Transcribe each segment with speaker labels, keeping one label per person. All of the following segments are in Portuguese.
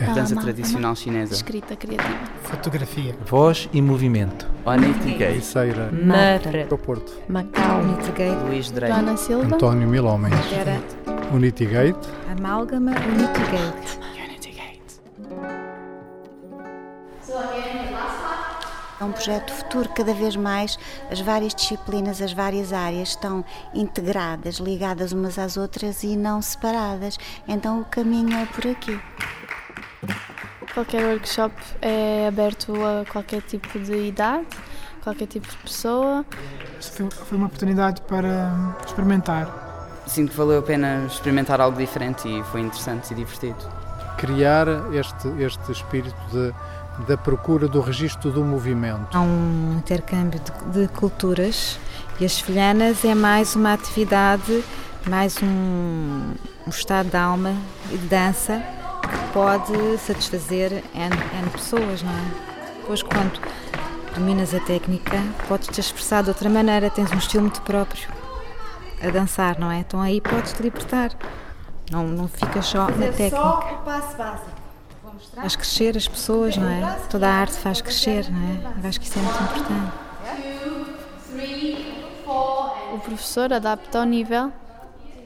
Speaker 1: Ah,
Speaker 2: dança tradicional chinesa.
Speaker 3: Escrita criativa.
Speaker 4: Fotografia.
Speaker 5: Voz e movimento.
Speaker 2: Onitiquei.
Speaker 1: Ericeira.
Speaker 6: Mafra,
Speaker 1: Para o Porto.
Speaker 6: Macau, Unitgate,
Speaker 2: Luís Drake.
Speaker 3: Joana Silva.
Speaker 1: António Mil Homens.
Speaker 6: Era
Speaker 1: Unitigate.
Speaker 6: Amálgama, Unitgate.
Speaker 7: É um projeto futuro, cada vez mais as várias disciplinas, as várias áreas estão integradas, ligadas umas às outras e não separadas. Então o caminho é por aqui.
Speaker 3: Qualquer workshop é aberto a qualquer tipo de idade, qualquer tipo de pessoa.
Speaker 4: Isto foi, foi uma oportunidade para hum, experimentar.
Speaker 2: Sinto que valeu a pena experimentar algo diferente e foi interessante e divertido.
Speaker 1: Criar este, este espírito de- da procura do registro do movimento.
Speaker 6: Há um intercâmbio de, de culturas e as filhanas é mais uma atividade, mais um, um estado de alma e de dança que pode satisfazer N, N pessoas, não é? Depois, quando dominas a técnica, podes te expressar de outra maneira, tens um estilo muito próprio a dançar, não é? Então aí podes te libertar. Não, não ficas só na técnica. Faz crescer as pessoas, não é? Toda a arte faz crescer, não é? Eu acho que isso é muito importante.
Speaker 3: O professor adapta ao nível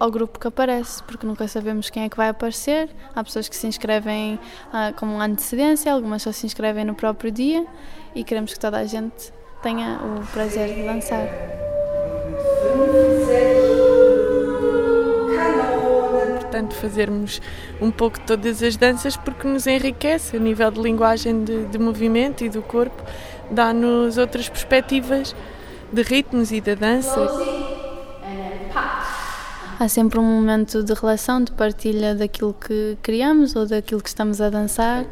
Speaker 3: ao grupo que aparece, porque nunca sabemos quem é que vai aparecer. Há pessoas que se inscrevem ah, com antecedência, algumas só se inscrevem no próprio dia e queremos que toda a gente tenha o prazer de dançar.
Speaker 8: importante fazermos um pouco de todas as danças porque nos enriquece a nível de linguagem de, de movimento e do corpo, dá-nos outras perspectivas de ritmos e da dança.
Speaker 3: Há sempre um momento de relação, de partilha daquilo que criamos ou daquilo que estamos a dançar.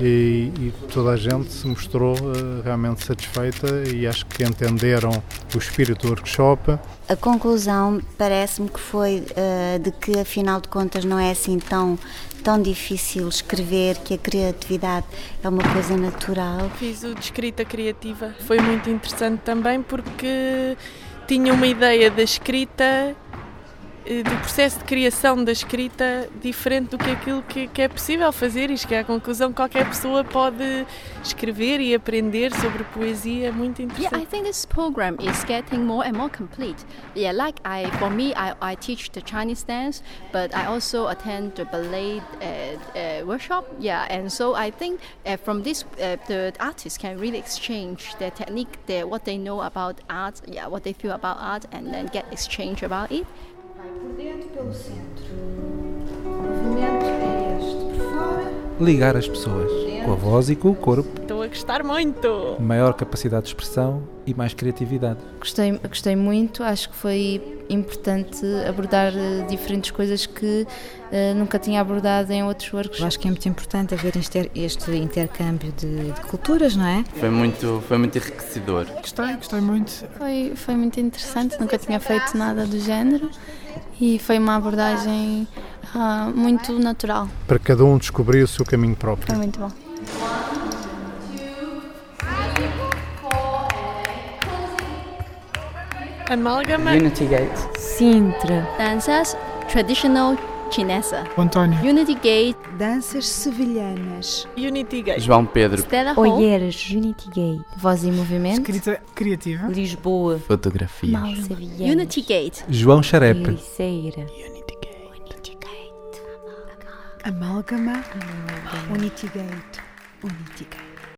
Speaker 1: E, e toda a gente se mostrou eh, realmente satisfeita e acho que entenderam o espírito do workshop.
Speaker 7: A conclusão parece-me que foi eh, de que, afinal de contas, não é assim tão, tão difícil escrever, que a criatividade é uma coisa natural.
Speaker 8: Fiz o de escrita criativa, foi muito interessante também porque tinha uma ideia da escrita, eh, do processo de criação da escrita, diferente do que aquilo que, que é possível fazer e cheguei à conclusão que qualquer pessoa pode escrever e aprender sobre poesia, muito
Speaker 9: Yeah,
Speaker 8: interessante.
Speaker 9: I think this program is getting more and more complete. Yeah, like I, for me, I, I teach the Chinese dance, but I also attend the ballet uh, uh, workshop. Yeah, and so I think uh, from this, uh, the artists can really exchange their technique, their what they know about art, yeah, what they feel about art, and then get exchange about it.
Speaker 5: Ligar as pessoas. Com a voz e com o corpo.
Speaker 8: Estou a gostar muito!
Speaker 5: Maior capacidade de expressão e mais criatividade.
Speaker 10: Gostei, gostei muito, acho que foi importante abordar eh, diferentes coisas que eh, nunca tinha abordado em outros
Speaker 6: Eu
Speaker 10: workshops.
Speaker 6: acho que é muito importante haver inter- este intercâmbio de, de culturas, não é?
Speaker 11: Foi muito, foi muito enriquecedor.
Speaker 4: Gostei, gostei muito.
Speaker 3: Foi, foi muito interessante, nunca tinha feito nada do género e foi uma abordagem ah, muito natural.
Speaker 1: Para cada um descobrir o seu caminho próprio.
Speaker 3: Foi muito bom.
Speaker 8: Amálgama
Speaker 2: Unity Gate.
Speaker 6: Sintra.
Speaker 9: Dances, traditional chinesa,
Speaker 4: O António.
Speaker 9: Unity Gate,
Speaker 6: Danças sevilhanas.
Speaker 8: Unity Gate.
Speaker 11: João Pedro,
Speaker 9: Stella Hall.
Speaker 10: Voz e movimento.
Speaker 4: Escrita criativa.
Speaker 6: Lisboa.
Speaker 11: fotografia.
Speaker 9: Unity Gate.
Speaker 5: João Xarepe.
Speaker 6: Ericeira. Amálgama. Unitigate. Unitigate.